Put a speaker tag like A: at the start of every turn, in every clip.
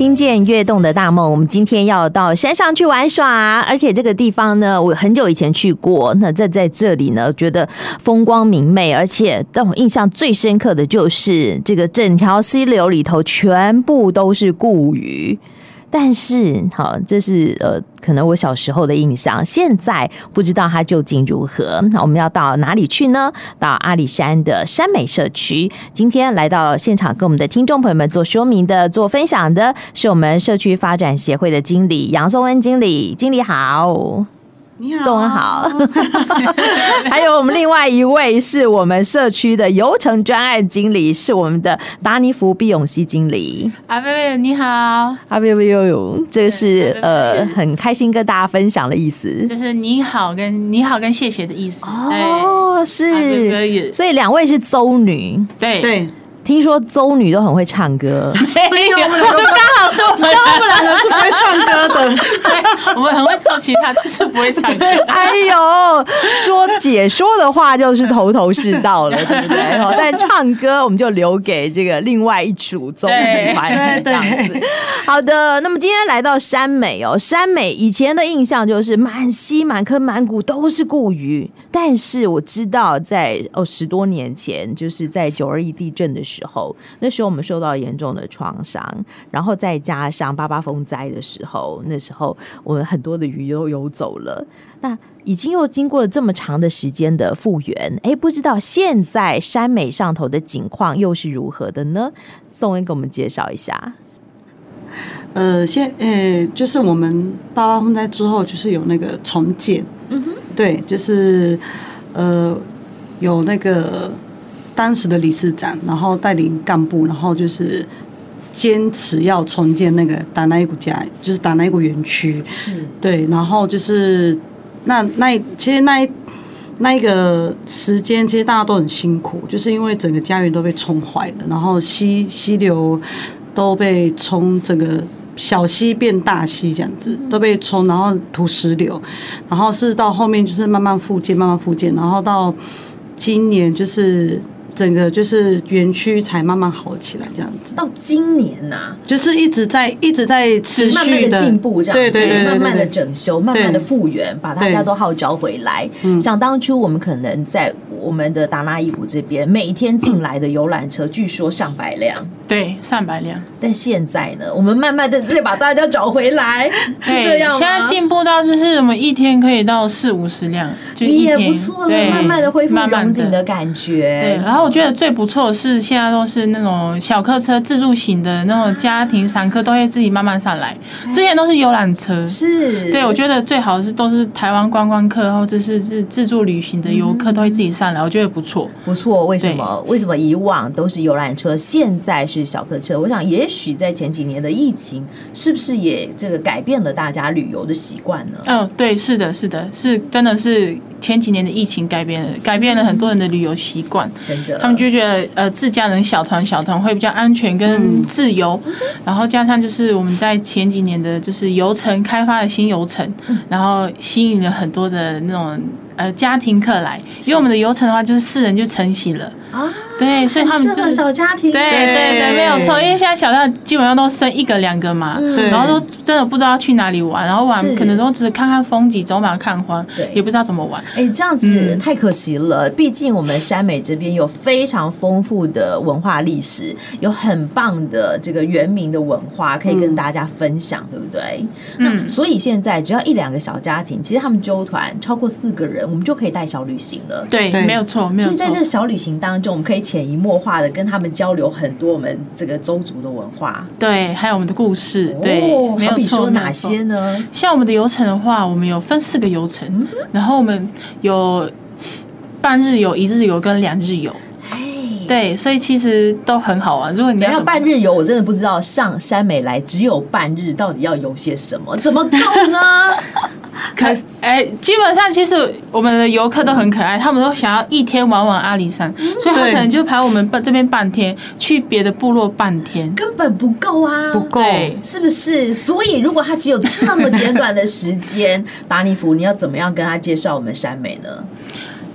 A: 听见跃动的大梦，我们今天要到山上去玩耍，而且这个地方呢，我很久以前去过。那在在这里呢，觉得风光明媚，而且让我印象最深刻的就是这个整条溪流里头全部都是固鱼。 但是，好，这是呃，可能我小时候的印象，现在不知道它究竟如何。那我们要到哪里去呢？到阿里山的山美社区。今天来到现场跟我们的听众朋友们做说明的、做分享的，是我们社区发展协会的经理杨颂恩经理。经理好。
B: 你好，
A: 宋恩好， 还有我们另外一位是我们社区的游程专案经理，是我们的达尼福毕永熙经理。
B: 阿贝贝啊你好，
A: 啊，别别有，这个是
B: 对
A: 呃很开心跟大家分享的意思。
B: 就是你好跟你好跟谢谢的意思。哎啊
A: 哦，
B: 别别
A: 是，
B: 有
A: 所以两位是邹女，
B: 对对，
C: 对，
A: 听说邹女都很会唱 歌，
B: 没有，就刚好是 我们
C: 他们是不会唱歌的。
B: 对，我们很会做其他，就是不会唱歌。
A: 哎呦，说解说的话就是头头是道了，对不对？ 哦但唱歌我们就留给这个另外一组综艺团
C: 对
A: 这样子。好的，那么今天来到山美哦，山美以前的印象就是满溪、满坑、满谷都是固鱼，但是我知道在哦十多年前，就是在九二一地震的时候，那时候我们受到严重的创伤，然后再加上八八风灾的时候，那时候我们很多的鱼都游走了。那已经又经过了这么长的时间的复原，哎，不知道现在山美上头的景况又是如何的呢？宋恩给我们介绍一下。
C: 呃，现呃，就是我们八八风灾之后，就是有那个重建，
A: 嗯哼，
C: 对，就是呃，有那个当时的理事长，然后带领干部，然后就是坚持要重建那个达那一古家，就是达那一古园区，
B: 是
C: 对，然后就是那那一其实那一那一个时间，其实大家都很辛苦，就是因为整个家园都被冲坏了，然后溪溪流都被冲，整个小溪变大溪这样子
A: 嗯
C: 都被冲，然后土石流，然后是到后面就是慢慢复建，慢慢复建，然后到今年就是。整个就是园区才慢慢好起来，这样子，
A: 到今年呐、
C: 就是一直在一直在持续
A: 慢慢的
C: 地
A: 进步，这样子
C: 对对对对对
A: 慢慢的
C: 对
A: 整修，慢慢的复原，把大家都号召回来。
B: 嗯
A: 想当初我们可能在我们的达拉伊谷这边，每天进来的游览车据说上百辆，
B: 对，上百辆。
A: 但现在呢，我们慢慢的再把大家找回 来，是
B: 对
A: 这样吗？
B: 现在进步到就是我们一天可以到四五十辆，就一
A: 也
B: 天
A: 不错了，
B: 对
A: 慢慢的恢复
B: 慢慢
A: 荣景的
B: 的。
A: 感觉。
B: 对，啊然后我觉得最不错的是现在都是那种小客车自助型的那种家庭散客都会自己慢慢上来，
A: 哎
B: 之前都是游览车。
A: 是，
B: 对，我觉得最好是都是台湾观光客或者是自自助旅行的游
A: 嗯
B: 客都会自己上来，我觉得不错。
A: 不错。为什么？为什么以往都是游览车，现在是小客车？我想，也许在前几年的疫情，是不是也这个改变了大家旅游的习惯呢？
B: 嗯，对，是的，是的，是真的是前几年的疫情改变了改变了很多人的旅游习惯，
A: 真的，
B: 他们就觉得呃自家人小团小团会比较安全
A: 嗯
B: 跟自由，然后加上就是我们在前几年的就是游程开发的新游程，
A: 嗯
B: 然后吸引了很多的那种呃家庭客来，因为我们的游程的话就是四人就成型了，
A: 啊，
B: 对，所以他们
A: 很适
B: 就
A: 合
B: 是
A: 小家庭。
B: 对对对，没有错，因为现在小料基本上都生一个两个嘛，
C: 对
B: 然后都真的不知道去哪里玩，然
A: 嗯
B: 后
A: 是
B: 玩可能都只看看风景，走马看花
A: 对，
B: 也不知道怎么玩。
A: 哎，这样
B: 嗯
A: 子太可惜了。毕竟我们山美这边有非常丰富的文化历史，有很棒的这个原民的文化可
B: 嗯
A: 以跟大家分享，对不对？那所以现在只要一两个小家庭，其实他们纠团超过四个人，我们就可以带小旅行了。
B: 对，
C: 对
B: 没有错，没有
A: 所以
B: 错
A: 在。这个小旅行当中，我们可以潜移默化的跟他们交流很多我们这个周族的文化。
B: 对，还有我们的故事，对
A: 哦，
B: 没
A: 好
B: 有
A: 比
B: 错。
A: 说
B: 没有
A: 哪
B: 错
A: 些呢？
B: 像我们的游程的话，我们有分四个游程，
A: 嗯
B: 然后我们有半日游、一日游跟两日游。
A: 哎，
B: 对，所以其实都很好玩。如果你
A: 等
B: 要
A: 要
B: 怎么
A: 半日游，我真的不知道上山美来只有半日，到底要游些什么？怎么够 呢？
B: 可哎、基本上其实我们的游客都很可爱，他们都想要一天玩完阿里山，
A: 嗯
B: 所以他
C: 对
B: 可能就排我们半这边半天，去别的部落半天。
A: 根本不够啊，
C: 不够
B: 对
A: 是不是？所以如果他只有这么简短的时间，达尼福，你要怎么样跟他介绍我们山美呢？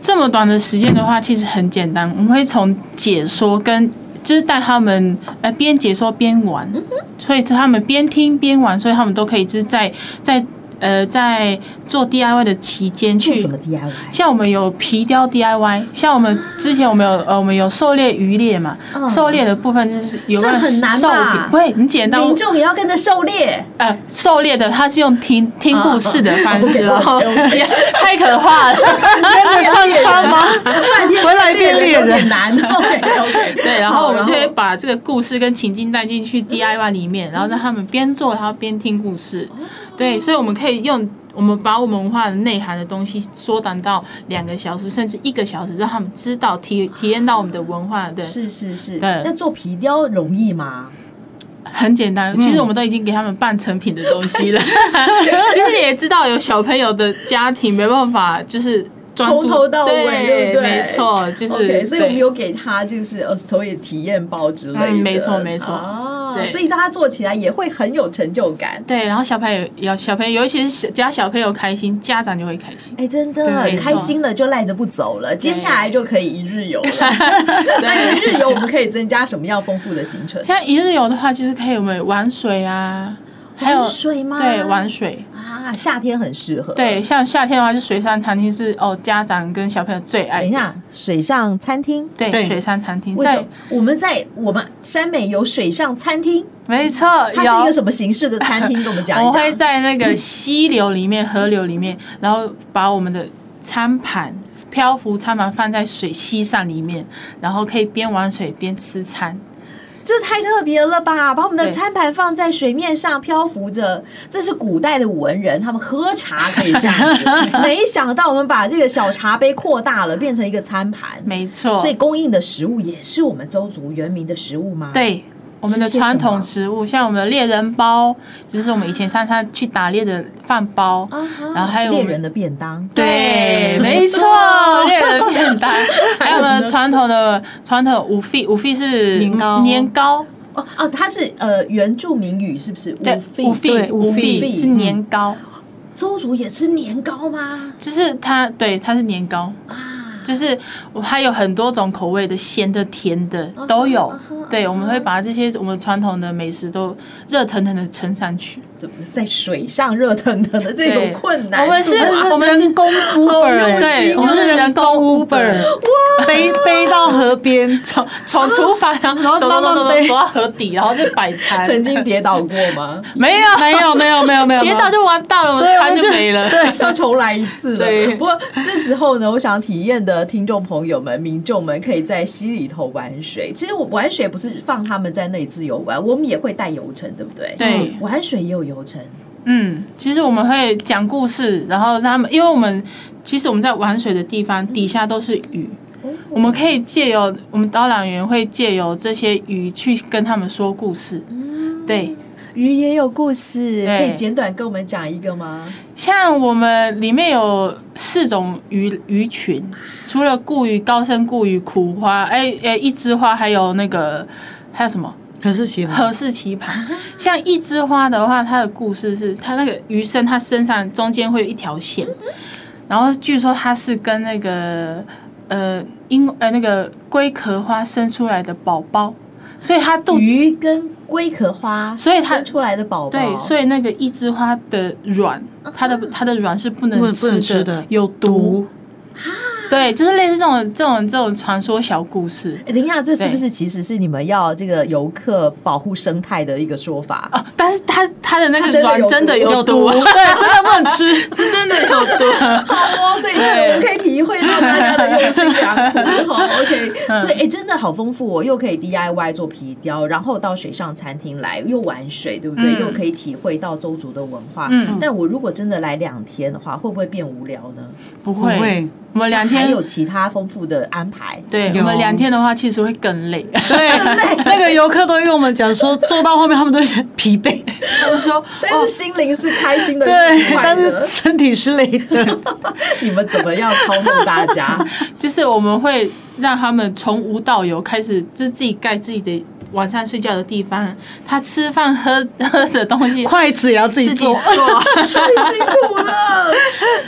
B: 这么短的时间的话，其实很简单，我们会从解说跟就是带他们呃边解说边玩，
A: 嗯
B: 所以他们边听边玩，所以他们都可以就是在在呃在做 DIY 的期间去
A: 做什么 DIY？
B: 像我们有皮雕 DIY，像我们之前我们有呃我们有狩猎渔猎嘛，
A: 嗯
B: 狩猎的部分就是有
A: 这
B: 关
A: 很难
B: 狩
A: 吧
B: 猎不会很简单，
A: 民众也要跟着狩猎，
B: 呃狩猎的它是用听听故事的方 式，然后
A: OK，OK，OK
B: 也太可 怕了，
C: 真的上山 吗？回来变猎
A: 有点
C: 人，
A: 难。OK OK，
B: 对，然后我们就会把这个故事跟情境带进去
A: 嗯
B: DIY 里面，然后让他们边做，然后边听故事。
A: 哦
B: 对，所以我们可以用我们把我们文化的内涵的东西缩短到两个小时，甚至一个小时，让他们知道体体验到我们的文化的。
A: 是是是，
B: 对
A: 那做皮雕容易吗？
B: 很简
A: 嗯
B: 单，其实我们都已经给他们半成品的 东西了。 其实也知道有小朋友的家庭没办法，就是专注
A: 从头到尾，对
B: 对
A: 不对？
B: 没错，就是
A: OK，所以
B: 对
A: 我们有给他就是呃头也体验包之类的，
B: 嗯没错没错
A: 啊
B: 对
A: 所以大家做起来也会很有成就感。
B: 对，然后小朋友要小朋友，尤其是小只要小朋友开心，家长就会开心。
A: 哎，真的
B: 对没错
A: 开心了就赖着不走了，接下来就可以一日游了。 那一
B: 对，
A: 日游我们可以增加什么样丰富的行程？
B: 像一日游的话，就是可以我们玩水啊， 还有
A: 玩水吗
B: 对，玩水。
A: 啊，夏天很适合。，
B: 对，像夏天的话，就水上餐厅是哦，家长跟小朋友最爱的。
D: 等一下，水上餐厅
B: 对，
C: 对
B: 水上餐厅
A: 为什么
B: 在，
A: 我们在我们山美有水上餐厅？
B: 没错，
A: 它是一个什么形式的餐厅？跟我们讲
B: 我
A: 一
B: 会
A: 讲。
B: 在 那个溪流里面、河流里面，然后把我们的餐盘、漂浮餐盘放在水溪上里面，然后可以边玩水边吃餐。
A: 这太特别了吧！把我们的
B: 对
A: 餐盘放在水面上漂浮着，这是古代的文人他们喝茶可以这样 子。没想到我们把这个小茶杯扩大了，变成一个餐盘。
B: 没错，
A: 所以供应的食物也是我们周族原民的食物吗？，
B: 对，我们的
A: 吃些
B: 传
A: 什么
B: 统食物，像我们的猎人包，就是我们以前上山去打猎的饭包。
A: 啊哈，
B: 然后还有我
A: 猎
B: 们
A: 人的便当，
B: 对，没
A: 没
B: 错，猎人便当，还有我们的传统的传统五费，五费是
C: 年糕
B: 年糕，
A: 哦哦，它是呃原住民语是不是？
B: 对，
A: 费
B: 五
C: 对
B: 费
C: 五
B: 五
C: 费
B: 费是年糕，
A: 周族也吃年糕吗？
B: 就是它，对，它是年糕，
A: 啊，
B: 就是我它有很多种口味的，咸的、甜的都有
A: 啊哈啊哈。
B: 对，我们会把这些我们传统的美食都热腾腾的盛上去。
A: 怎么在水上热腾腾的这
B: 对
A: 种困难
B: 我
A: 度啊？
B: 们是我们是
C: 人工 Uber，
B: 对，我们是人工 Uber，
C: 背背到河边，
B: 从从厨房然后
C: 后
B: 走走
C: 慢慢
B: 走走
C: 背
B: 走到河底，然后就摆 餐。
A: 曾经跌倒过 吗？
B: 没有
C: 没有没有没有没有，
B: 跌倒就完蛋了，我们
C: 对
B: 餐
C: 我
B: 就
C: 就
B: 没了。
A: 对，要重来一次了。
B: 对
A: 不过这时候呢，我想体验的听众朋友们、民众们可以在溪里头玩水。其实我玩水不是放他们在那里自由玩，我们也会带游程，对不对？
B: 对
A: 嗯玩水也有游程。
B: 嗯，其实我们会讲故事，然后让他们，因为我们其实我们在玩水的地方底下都是鱼，我们可以借由我们导览员会借由这些鱼去跟他们说故事。对，
A: 鱼也有故事，
B: 对
A: 可以简短跟我们讲一个吗？
B: 像我们里面有四种鱼鱼群，除了固鱼、高深固鱼、苦花，哎、哎、一枝花，还有那个还有什么？
C: 可是喜欢
B: 何氏棋盘，像一枝花的话，它的故事是它那个鱼身，它身上中间会有一条线，然后据说它是跟那个呃鹰呃那个龟壳花生出来的宝宝，所以它肚子
A: 鱼跟龟壳花，
B: 所以它
A: 生出来的宝宝，
B: 对，所以那个一枝花的卵，它的它的卵是不
C: 不
B: 能
C: 能不
B: 吃
C: 能吃
B: 的
C: 的，
B: 有毒。对，就是类似这种这种这种传说小故事
A: 哎等一下，这是不是其实是你们要这个游客保护生态的一个说 法？
B: 哦，但是它它的那
A: 它
B: 个
A: 真的
B: 卵
A: 有
B: 真的
A: 毒
B: 有毒，
C: 对，真的不能吃。
B: 是真的 有毒。
A: 好哦，所以我们可以体会到大家的用心良苦。好，OK，所以
B: 嗯
A: 哎、诶真的好丰富哦，又可以 DIY 做皮雕，然后到水上餐厅来又玩水，对不对？
B: 嗯
A: 又可以体会到周族的文化。
B: 嗯
A: 但我如果真的来两天的话，会不会变无聊呢？
B: 不会，
C: 不会
B: 我们两
A: 还
B: 天
A: 有其他丰富的安排。
B: 对
C: 有
B: 我们两天的话，其实会更累。
C: 对，那个游客都会跟我们讲说，坐到后面他们都觉得疲惫，
B: 他们说，
A: 但
B: 哦
A: 是，心灵是开心的，
C: 对
A: 是，快
C: 但
A: 乐
C: 是身体是累 的。
A: 你们怎么样操纵大家？
B: 就是我们会让他们从无到有开始，就自己盖自己的晚上睡觉的地方，他吃饭喝 喝的东西
C: 筷子也要自己
B: 自己
C: 做
B: 做，，
A: 太辛苦了。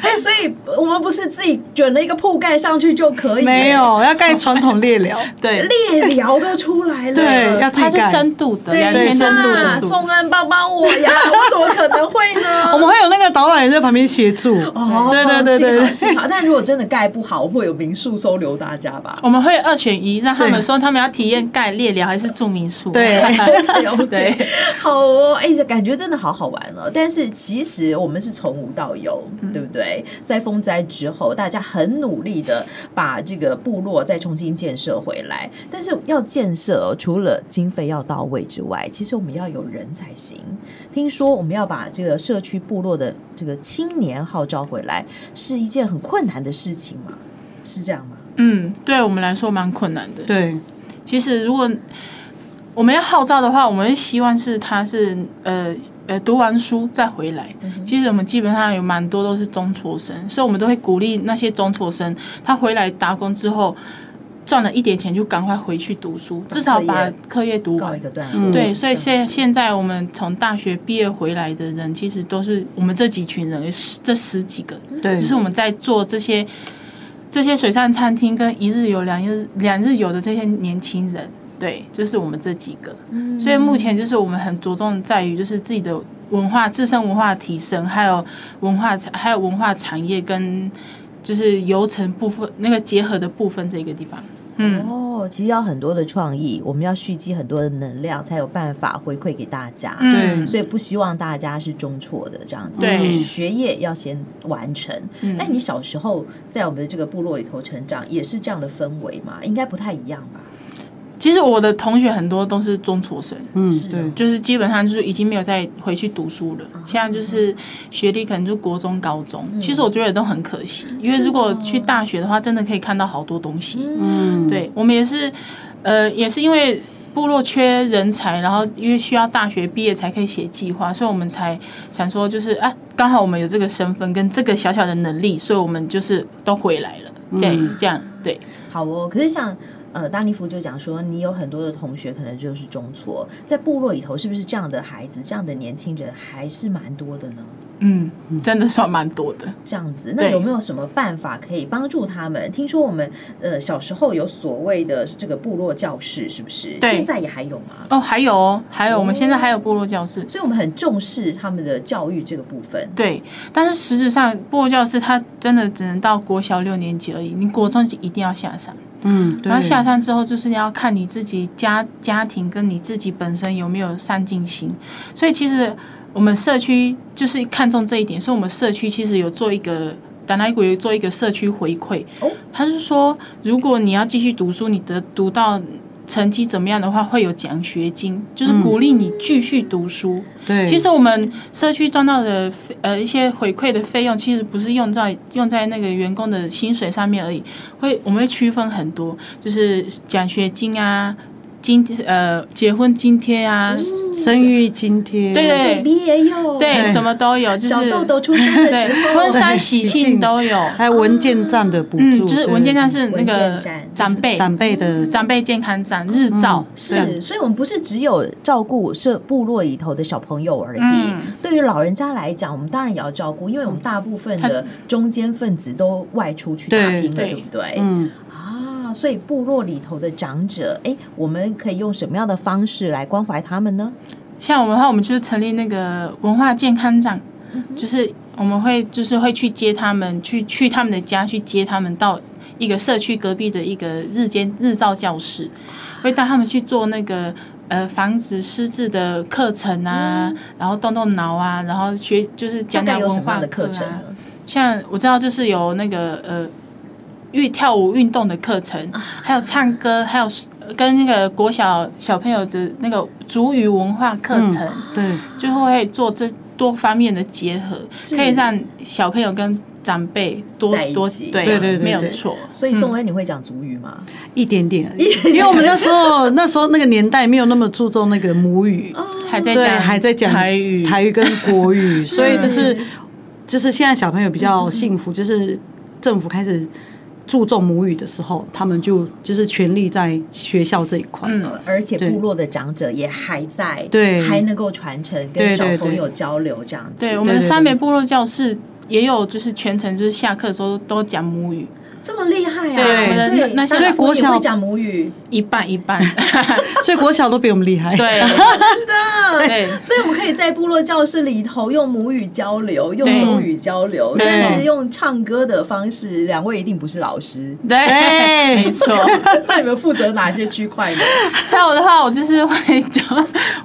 A: 哎、所以我们不是自己卷了一个铺盖上去就可以，
C: 没有要盖传统列疗，
B: 对
A: 列聊都出来了。
C: 对，要自
B: 它
C: 己
B: 是
C: 盖。
B: 深度的，
A: 对
B: 两天都
C: 深度
B: 是
C: 的
A: 呀
B: 深，度。
A: 宋恩帮帮我呀，我怎么可能会呢？
C: 我们还有那个导览人在旁边协助，
A: 哦，
C: 对对对对
A: 幸好幸好。但如果真的盖不好，会有民宿收留大家吧？
B: 我们会二选一，让他
C: 对
B: 们说他们要体验盖列聊还是住民宿。
C: 对
B: 对，
A: 好哦，哎、这感觉真的好好玩哦。但是其实我们是从无到有，
B: 嗯
A: 对不对？在风灾之后，大家很努力的把这个部落再重新建设回来。但是要建设哦，除了经费要到位之外，其实我们要有人才行。听说我们要把这个社区部落的这个青年号召回来，是一件很困难的事情嘛？是这样吗？
B: 嗯，对我们来说蛮困难的。
C: 对
B: 其实如果我们要号召的话，我们希望是他是呃呃读完书再回来。
C: 嗯
B: 其实我们基本上有蛮多都是中辍生，所以我们都会鼓励那些中辍生，他回来打工之后赚了一点钱就赶快回去读书，至少把课业读
A: 告
B: 完
A: 一。个段
C: 嗯
A: 落。
B: 对，所以
A: 这样
B: 现
A: 子
B: 现在我们从大学毕业回来的人，其实都是我们这几群人，十这十几个，
A: 嗯
C: 对，
B: 就是我们在做这些这些水上餐厅跟一日游、两日两日游的这些年轻人，对，就是我们这几个。
A: 嗯
B: 所以目前就是我们很着重在于就是自己的文化自身文化提升，还有文化还有文化产业跟就是游程部分那个结合的部分这个地方。嗯，
A: 哦，其实要很多的创意，我们要蓄积很多的能量，才有办法回馈给大家。
B: 嗯
A: 所以不希望大家是中错的这样子，
B: 对嗯
A: 学业要先完成。那、你小时候在我们的这个部落里头成长，也是这样的氛围嘛？应该不太一样吧？
B: 其实我的同学很多都是中辍生，
C: 嗯
A: 是
C: 对
B: 就是基本上就是已经没有再回去读书了，现在就是学历可能就国中、高中。其实我觉得都很可惜，因为如果去大学的话，真的可以看到好多东西。
C: 嗯
B: 对我们也是，呃，也是因为部落缺人才，然后因为需要大学毕业才可以写计划，所以我们才想说，就是哎，刚好我们有这个身份跟这个小小的能力，所以我们就是都回来了。对，这样对。
A: 好哦，可是像呃，丹尼夫就讲说，你有很多的同学可能就是中错，在部落里头是不是这样的孩子，这样的年轻人还是蛮多的呢？
B: 嗯，真的算蛮多的。
A: 这样子，那
B: 对
A: 有没有什么办法可以帮助他们？听说我们呃小时候有所谓的这个部落教室，是不是？
B: 对
A: 现在也还有吗？
B: 哦，还有哦，还有，我们现在还有部落教室，
A: 所以我们很重视他们的教育这个部分。
B: 对，但是实质上，部落教室它真的只能到国小六年级而已，你国中就一定要下山。
C: 嗯，
B: 然后
C: 对
B: 下山之后，就是你要看你自己家家庭跟你自己本身有没有上进心。所以其实我们社区就是看重这一点，所以我们社区其实有做一个。达拉古有做一个社区回馈
A: 哦，
B: 他是说，如果你要继续读书，你的读到成绩怎么样的话，会有奖学金，就是鼓励你继续读书。
C: 嗯对，
B: 其实我们社区赚到的费呃一些回馈的费用，其实不是用在用在那个员工的薪水上面而已，会我们会区分很多，就是奖学金啊、津呃结婚津贴啊，
C: 生育津贴，
B: 对对
A: baby 也有，
B: 对
C: 嗯对
B: 什么都有，就
A: 小
B: 是
A: 豆豆出生的时
B: 对
A: 候，
B: 婚纱喜庆都 有，
C: 还有文件站的补助，
B: 嗯，就是文件站是那
A: 文
B: 个
A: 件站
B: 长辈
C: 长辈的，
B: 长辈健康站日
A: 嗯
B: 照，
A: 是，所以我们不是只有照顾社部落里头的小朋友而已。
B: 嗯
A: 对于老人家来讲，我们当然也要照顾，因为我们大部分
B: 他
A: 的
B: 是
A: 中间分子都外出去打
C: 对
A: 拼了，
B: 对
A: 对不对？
C: 嗯，
A: 啊，所以部落里头的长者，哎，我们可以用什么样的方式来关怀他们呢？
B: 像我们的话，我们就是成立那个文化健康站，
A: 嗯
B: 就是我们会就是会去接他们，去去他们的家，去接他们到一个社区隔壁的一个日间日照教室，会带他们去做那个。呃，防止失智的课程啊，然后动动脑啊，然后学就是
A: 嗯大
B: 讲
A: 概
B: 讲
A: 有什
B: 文
A: 么
B: 化
A: 样的课
B: 啊
A: 程呢？
B: 像我知道就是有那个呃，运跳舞运动的课程，还有唱歌，还有呃跟那个国小小朋友的那个主语文化课程，
C: 嗯对，
B: 就会做这多方面的结合，
A: 是
B: 可以让小朋友跟长辈多
A: 在一
B: 多
A: 起
B: 对
C: 对对对
B: 没有
C: 对
B: 错。嗯
A: 所以宋恩，你会讲族语吗？
C: 一点点，因为我们那时候 那时候那个年代没有那么注重那个母语，
B: 还在
C: 对，
B: 哦讲
C: 还在讲
B: 台语，
C: 台语跟 国语，
A: 嗯
C: 所以就是就是现在小朋友比较幸福，就是政府开始注重母语的时候，他们就就是全力在学校这一块。
B: 嗯
A: 而且
C: 对
A: 部落的长者也还在，
C: 对
A: 还能够传承，跟
C: 对对
A: 小朋
C: 对
A: 友交流这样子。
B: 对，我们的
C: 对对
B: 三美部落教室也有，就是全程就是下课的时候都讲母语，
A: 这么厉害啊！
B: 对
C: 我们的
A: 所以
B: 那那
C: 所以国小
A: 你会讲母语，
B: 一半一半。
C: 所以国小都比我们厉害。
B: 对 对
A: 所以我们可以在部落教室里头用母语交流，用
B: 对
A: 中语交流，
C: 对
A: 但是用唱歌的方式。两位一定不是老师，
C: 哎
B: 对，没错。
A: 那你们负责哪些区块呢？
B: 像我的话，我就是会教，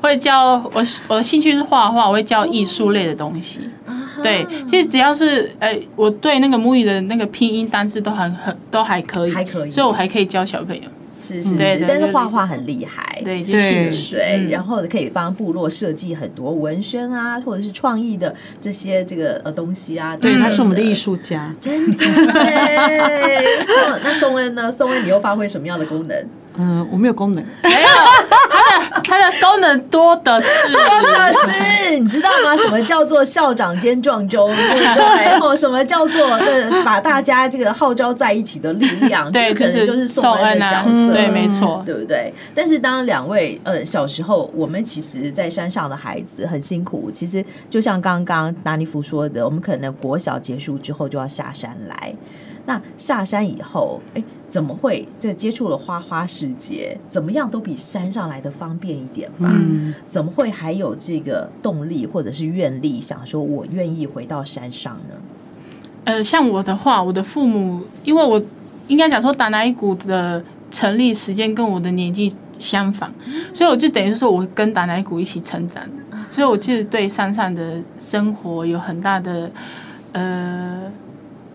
B: 会教我我的兴趣是画画，我会教艺术类的东西。
A: 嗯
B: 对，其实只要是呃，我对那个母语的那个拼音单字都很很都还可以，
A: 还可以
B: 所以我还可以教小朋友。
A: 是是是，
B: 对对
A: 但是
B: 对
A: 画画很厉害。
B: 对，就
C: 对
B: 兴趣。
A: 对，
B: 嗯
A: 然后可以帮部落设计很多文宣啊，或者是创意的这些这个呃东西啊。
C: 对，
A: 等等
C: 他是我们的艺术家。
A: 真的耶。 那那宋恩呢？宋恩，你又发挥什么样的功能？
C: 嗯、我没有功能。
B: 没有它的它的功能多的是。 啊
A: 老师，你知道吗？什么叫做校长兼撞钟，对不对？然后什么叫做呃把大家这个号召在一起的力量？这
B: 对，就
A: 个可能
B: 是
A: 就是宋
B: 宋
A: 恩
B: 恩
A: 的
B: 啊
A: 角，色，
B: 对，没错，
A: 对不对？但是当两位呃小时候，我们其实，在山上的孩子很辛苦。其实就像刚刚达尼夫说的，我们可能国小结束之后就要下山来。那下山以后，哎，怎么会这接触了花花世界？怎么样都比山上来的方便一点吧？
C: 嗯，
A: 怎么会还有这个动力或者是愿力，想说我愿意回到山上呢？
B: 呃，像我的话，我的父母，因为我应该讲说达乃古的成立时间跟我的年纪相仿，所以我就等于是说我跟达乃古一起成长的，所以我其实对山上的生活有很大的呃。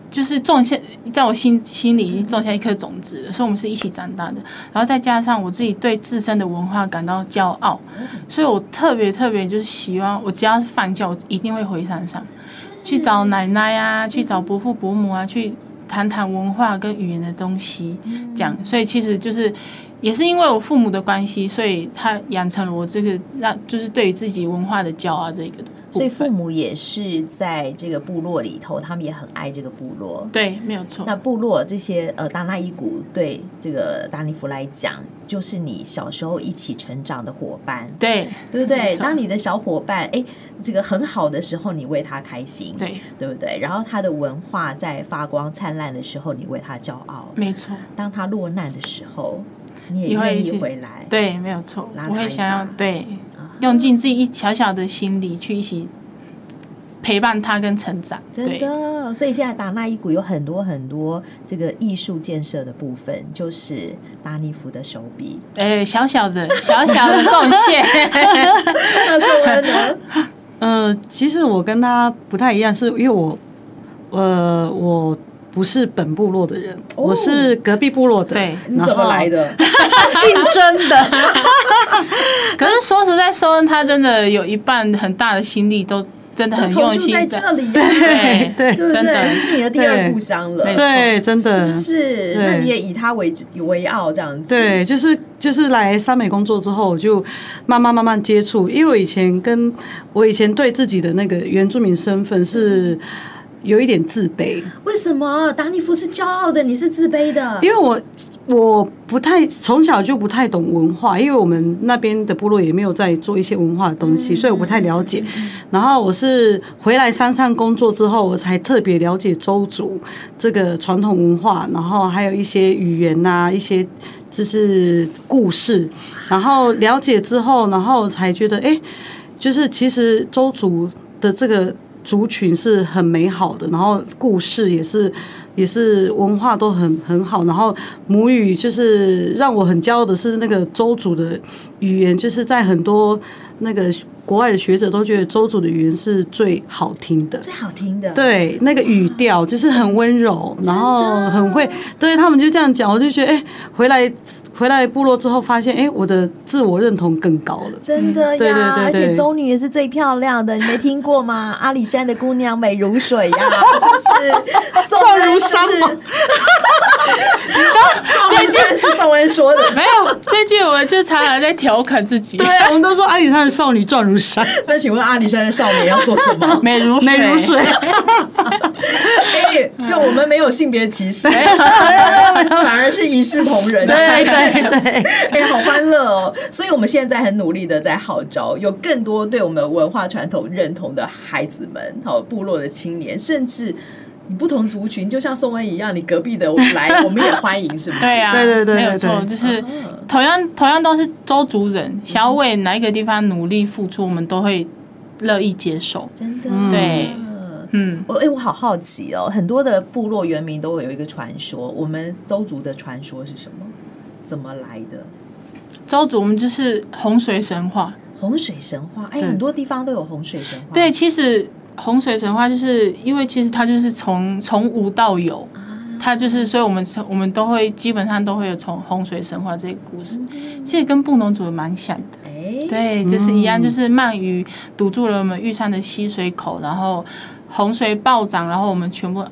B: 就是种下，在我心心里已经种下一颗种子了，所以我们是一起长大的。然后再加上我自己对自身的文化感到骄傲，
A: 嗯
B: 所以我特别特别就是喜欢，我只要是放假，我一定会回山上。去找奶奶啊，去找伯父伯母啊，去谈谈文化跟语言的东西，这
A: 嗯
B: 样。所以其实就是，也是因为我父母的关系，所以他养成了我这个让就是对于自己文化的骄傲这个部
A: 所以
B: 分。
A: 父母也是在这个部落里头，他们也很爱这个部落。
B: 对，没有错。
A: 那部落这些呃达那伊谷对这个达尼弗来讲，就是你小时候一起成长的伙伴，
B: 对
A: 对不对
B: 没？错
A: 当你的小伙伴哎这个很好的时候，你为他开心，
B: 对，
A: 对不对？然后他的文化在发光灿烂的时候，你为他骄傲；
B: 没错，
A: 当他落难的时候，你也
B: 你会
A: 愿
B: 一
A: 意
B: 起
A: 回来。
B: 对，没有错
A: 拉。
B: 我
A: 他
B: 会
A: 一
B: 想要
A: 把
B: 对，
C: 啊
B: 用尽自己一小小的心力去一起陪伴他跟成长。
A: 真
B: 对。
A: 的，所以现在达那伊谷有很多很多这个艺术建设的部分，就是达尼福的手笔。
B: 呃，小小的小小的贡 献，
A: 那宋恩呢？
C: 呃，其实我跟他不太一样，是因为我，呃，我不是本部落的人，我是隔壁部落的。
B: 对
A: 哦你怎么来
C: 的？
A: 的？
C: 应征的。
B: 可是说实在说，他真的有一半很大的心力都真的很
A: 头
B: 用
A: 就
B: 心
A: 在这里呀、
B: 对
C: 对
A: 对不
B: 真
A: 对？
B: 的
A: 这是你的第二故乡了，
B: 对
C: 对，真的。
A: 是。
C: 对
A: 那你也以他为为傲，这样子。
C: 对，就是就是来三美工作之后，我就慢慢慢慢接触，因为我以前跟我以前对自己的那个原住民身份是有一点自卑，
A: 为什么达尼夫是骄傲的，你是自卑的？
C: 因为我我不太从小就不太懂文化，因为我们那边的部落也没有在做一些文化的东西，所以我不太了解。然后我是回来山上工作之后，我才特别了解周族这个传统文化，然后还有一些语言呐、一些就是故事。然后了解之后，然后才觉得，哎，就是其实周族的这个族群是很美好的，然后故事也是也是文化都很很好，然后母语就是让我很骄傲的是那个周族的语言，就是在很多那个国外的学者都觉得周族的语言是最好听的。
A: 最好听的。
C: 对，那个语调就是很温柔，然后很会，对他们就这样讲，我就觉得，哎、回来回来部落之后，发现，哎、我的自我认同更高了。
A: 真的呀，
C: 对对对
A: 而且
C: 对
A: 周女也是最漂亮的，你没听过吗？ 阿里山的姑 娘美如水呀，是不是？
C: 如山
A: 宋恩是不是这 件是宋恩说的，
B: 没有这句，我就常常在调侃自己。
C: 对啊，我们都说阿里山的少女转如山，
A: 那请问阿里山的少年要做什么？
B: 美如
C: 美如水。
A: 哎，就我们没有性别歧 视，反而是一视同仁。
C: 对对 对，
A: 哎、好欢乐哦！所以我们现在很努力的在号召，有更多对我们文化传统认同的孩子们，好部落的青年，甚至你不同族群，就像宋恩一样，你隔壁的来，我们也欢迎，是不是？
B: 对啊，
C: 对对对
B: 没有
C: 对对嗯
B: 错，就是同样同样都是周族人，想要为哪一个地方努力付出，我们都会乐意接受。
A: 真的，
B: 对
A: 嗯
B: 嗯，
A: 我哎、我好好奇哦，很多的部落原民都会有一个传说，我们邹族的传说是什么？怎么来的？
B: 周族我们就是洪水神话。
A: 洪水神话，哎、
C: 对
A: 很多地方都有洪水神话。
B: 对，其实洪水神话就是因为其实它就是从从无到有，
A: 啊，
B: 它就是，所以我们我们都会基本上都会有从洪水神话这个故事，其实跟布农族也蛮像的。
A: 哎、
B: 对，就是一样，
C: 嗯
B: 就是鳗鱼堵住了我们玉山的溪水口，然后洪水暴涨，然后我们全部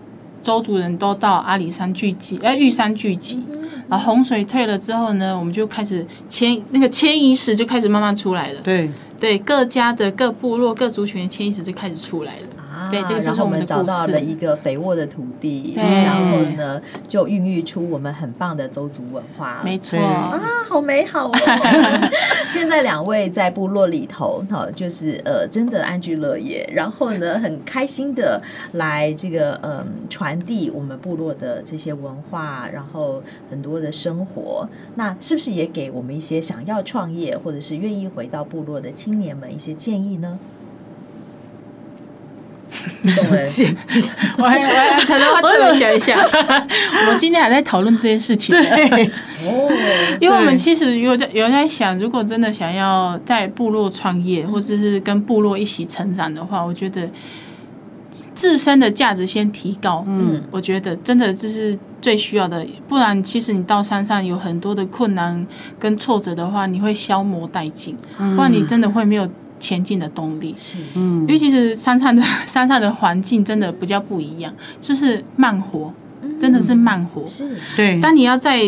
B: 周族人都到阿里山聚集，哎、玉山聚集。然后洪水退了之后呢，我们就开始迁那个迁移史就开始慢慢出来了。
C: 对，
B: 对，各家的各部落各族群的迁移史就开始出来了。
A: 啊，
B: 对这个就是
A: 然后我
B: 我们
A: 们
B: 的
A: 找
B: 故
A: 到
B: 事
A: 了一个肥沃的土地，
B: 对
A: 然后呢，就孕育出我们很棒的邹族文化。
B: 没错
C: 对，
A: 啊，好美好哦！ 现在两位在部落里头，哈，就是呃，真的安居乐业，然后呢，很开心的来这个嗯、传递我们部落的这些文化，然后很多的生活。那是不是也给我们一些想要创业或者是愿意回到部落的青年们一些建议 呢？懂了
C: 见
B: 我还我还可能要特别想一下， 我们今天还在讨论这件事情呢。
C: 对
A: 哦，
B: 因为我们
C: 对
B: 其实有在有在想，如果真的想要在部落创业，或者是跟部落一起成长的话，我觉得自身的价值先提高。
C: 嗯，
B: 我觉得真的这是最需要的，不然其实你到山上有很多的困难跟挫折的话，你会消磨殆尽，不然你真的会没有前进的动力。
A: 是
C: 嗯
B: 因为其实山上的 山上的环境真的比较不一样，就是慢活，真的是慢活。
A: 嗯是
C: 对，
B: 当你要在，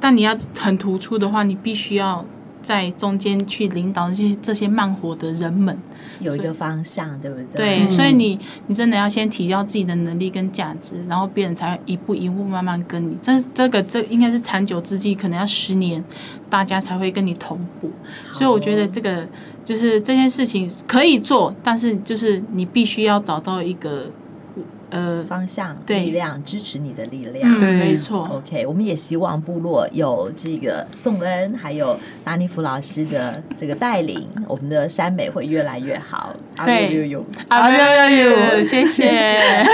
B: 但你要很突出的话，你必须要在中间去领导这些这些慢活的人们。
A: 有一个方向，对不对？
B: 对，
C: 嗯
B: 所以你你真的要先提高自己的能力跟价值，然后别人才会一步一步慢慢跟你。这这个这应该是长久之计，可能要十年，大家才会跟你同步。所以我觉得这个就是这件事情可以做，但是就是你必须要找到一个呃，
A: 方向、
B: 对
A: 力量支持你的力量。
B: 嗯，
C: 对
B: 没错，
A: OK，我们也希望部落有这个宋恩还有达尼福老师的这个带领，我们的山美会越来越好。
B: 对
A: 阿六六六
B: 啊，
C: 哎
B: 没
C: 呦
B: 有
C: 哎呦
B: 没有，谢谢。